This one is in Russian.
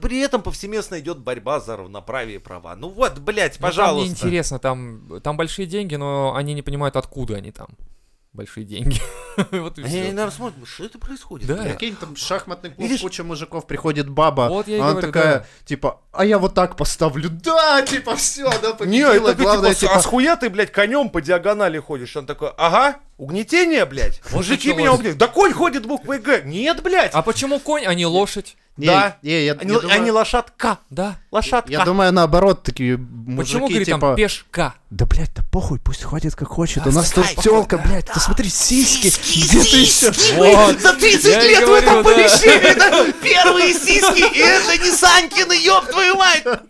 при этом повсеместно идет борьба за равноправие и права. Ну вот, блядь, Ну, Там пожалуйста. неинтересно, там, там большие деньги, но они не понимают, откуда они там. Большие деньги. вот и Они, всё. наверное, смотрят, что это происходит? Да. блядь?» Прикинь, там шахматный клуб, Видишь? куча мужиков, приходит баба, Вот я и она говорю, такая, типа, а я вот так поставлю, да, типа, все, она Не, победила, это такой, главное, типа, типа, а с хуя ты, блядь, конем по диагонали ходишь? Он такой, ага, угнетение, блядь. Мужики началось. меня угнетают. Да конь ходит буквой Г. Нет, блядь. А почему конь, а не лошадь? не, да. не, я, Они, я думаю, они лошадка. Да. Лошадка. я думаю, наоборот, такие мужики, почему, говорит, типа, там пешка? да, блядь, да похуй, пусть ходит как хочет, Да, у нас тут пускай, телка, блядь, ты смотри, сиськи, где ты еще? За 30 Я и лет в говорю, этом да. помещении, да, первые сиськи, и это не Санькины, ёб твою мать!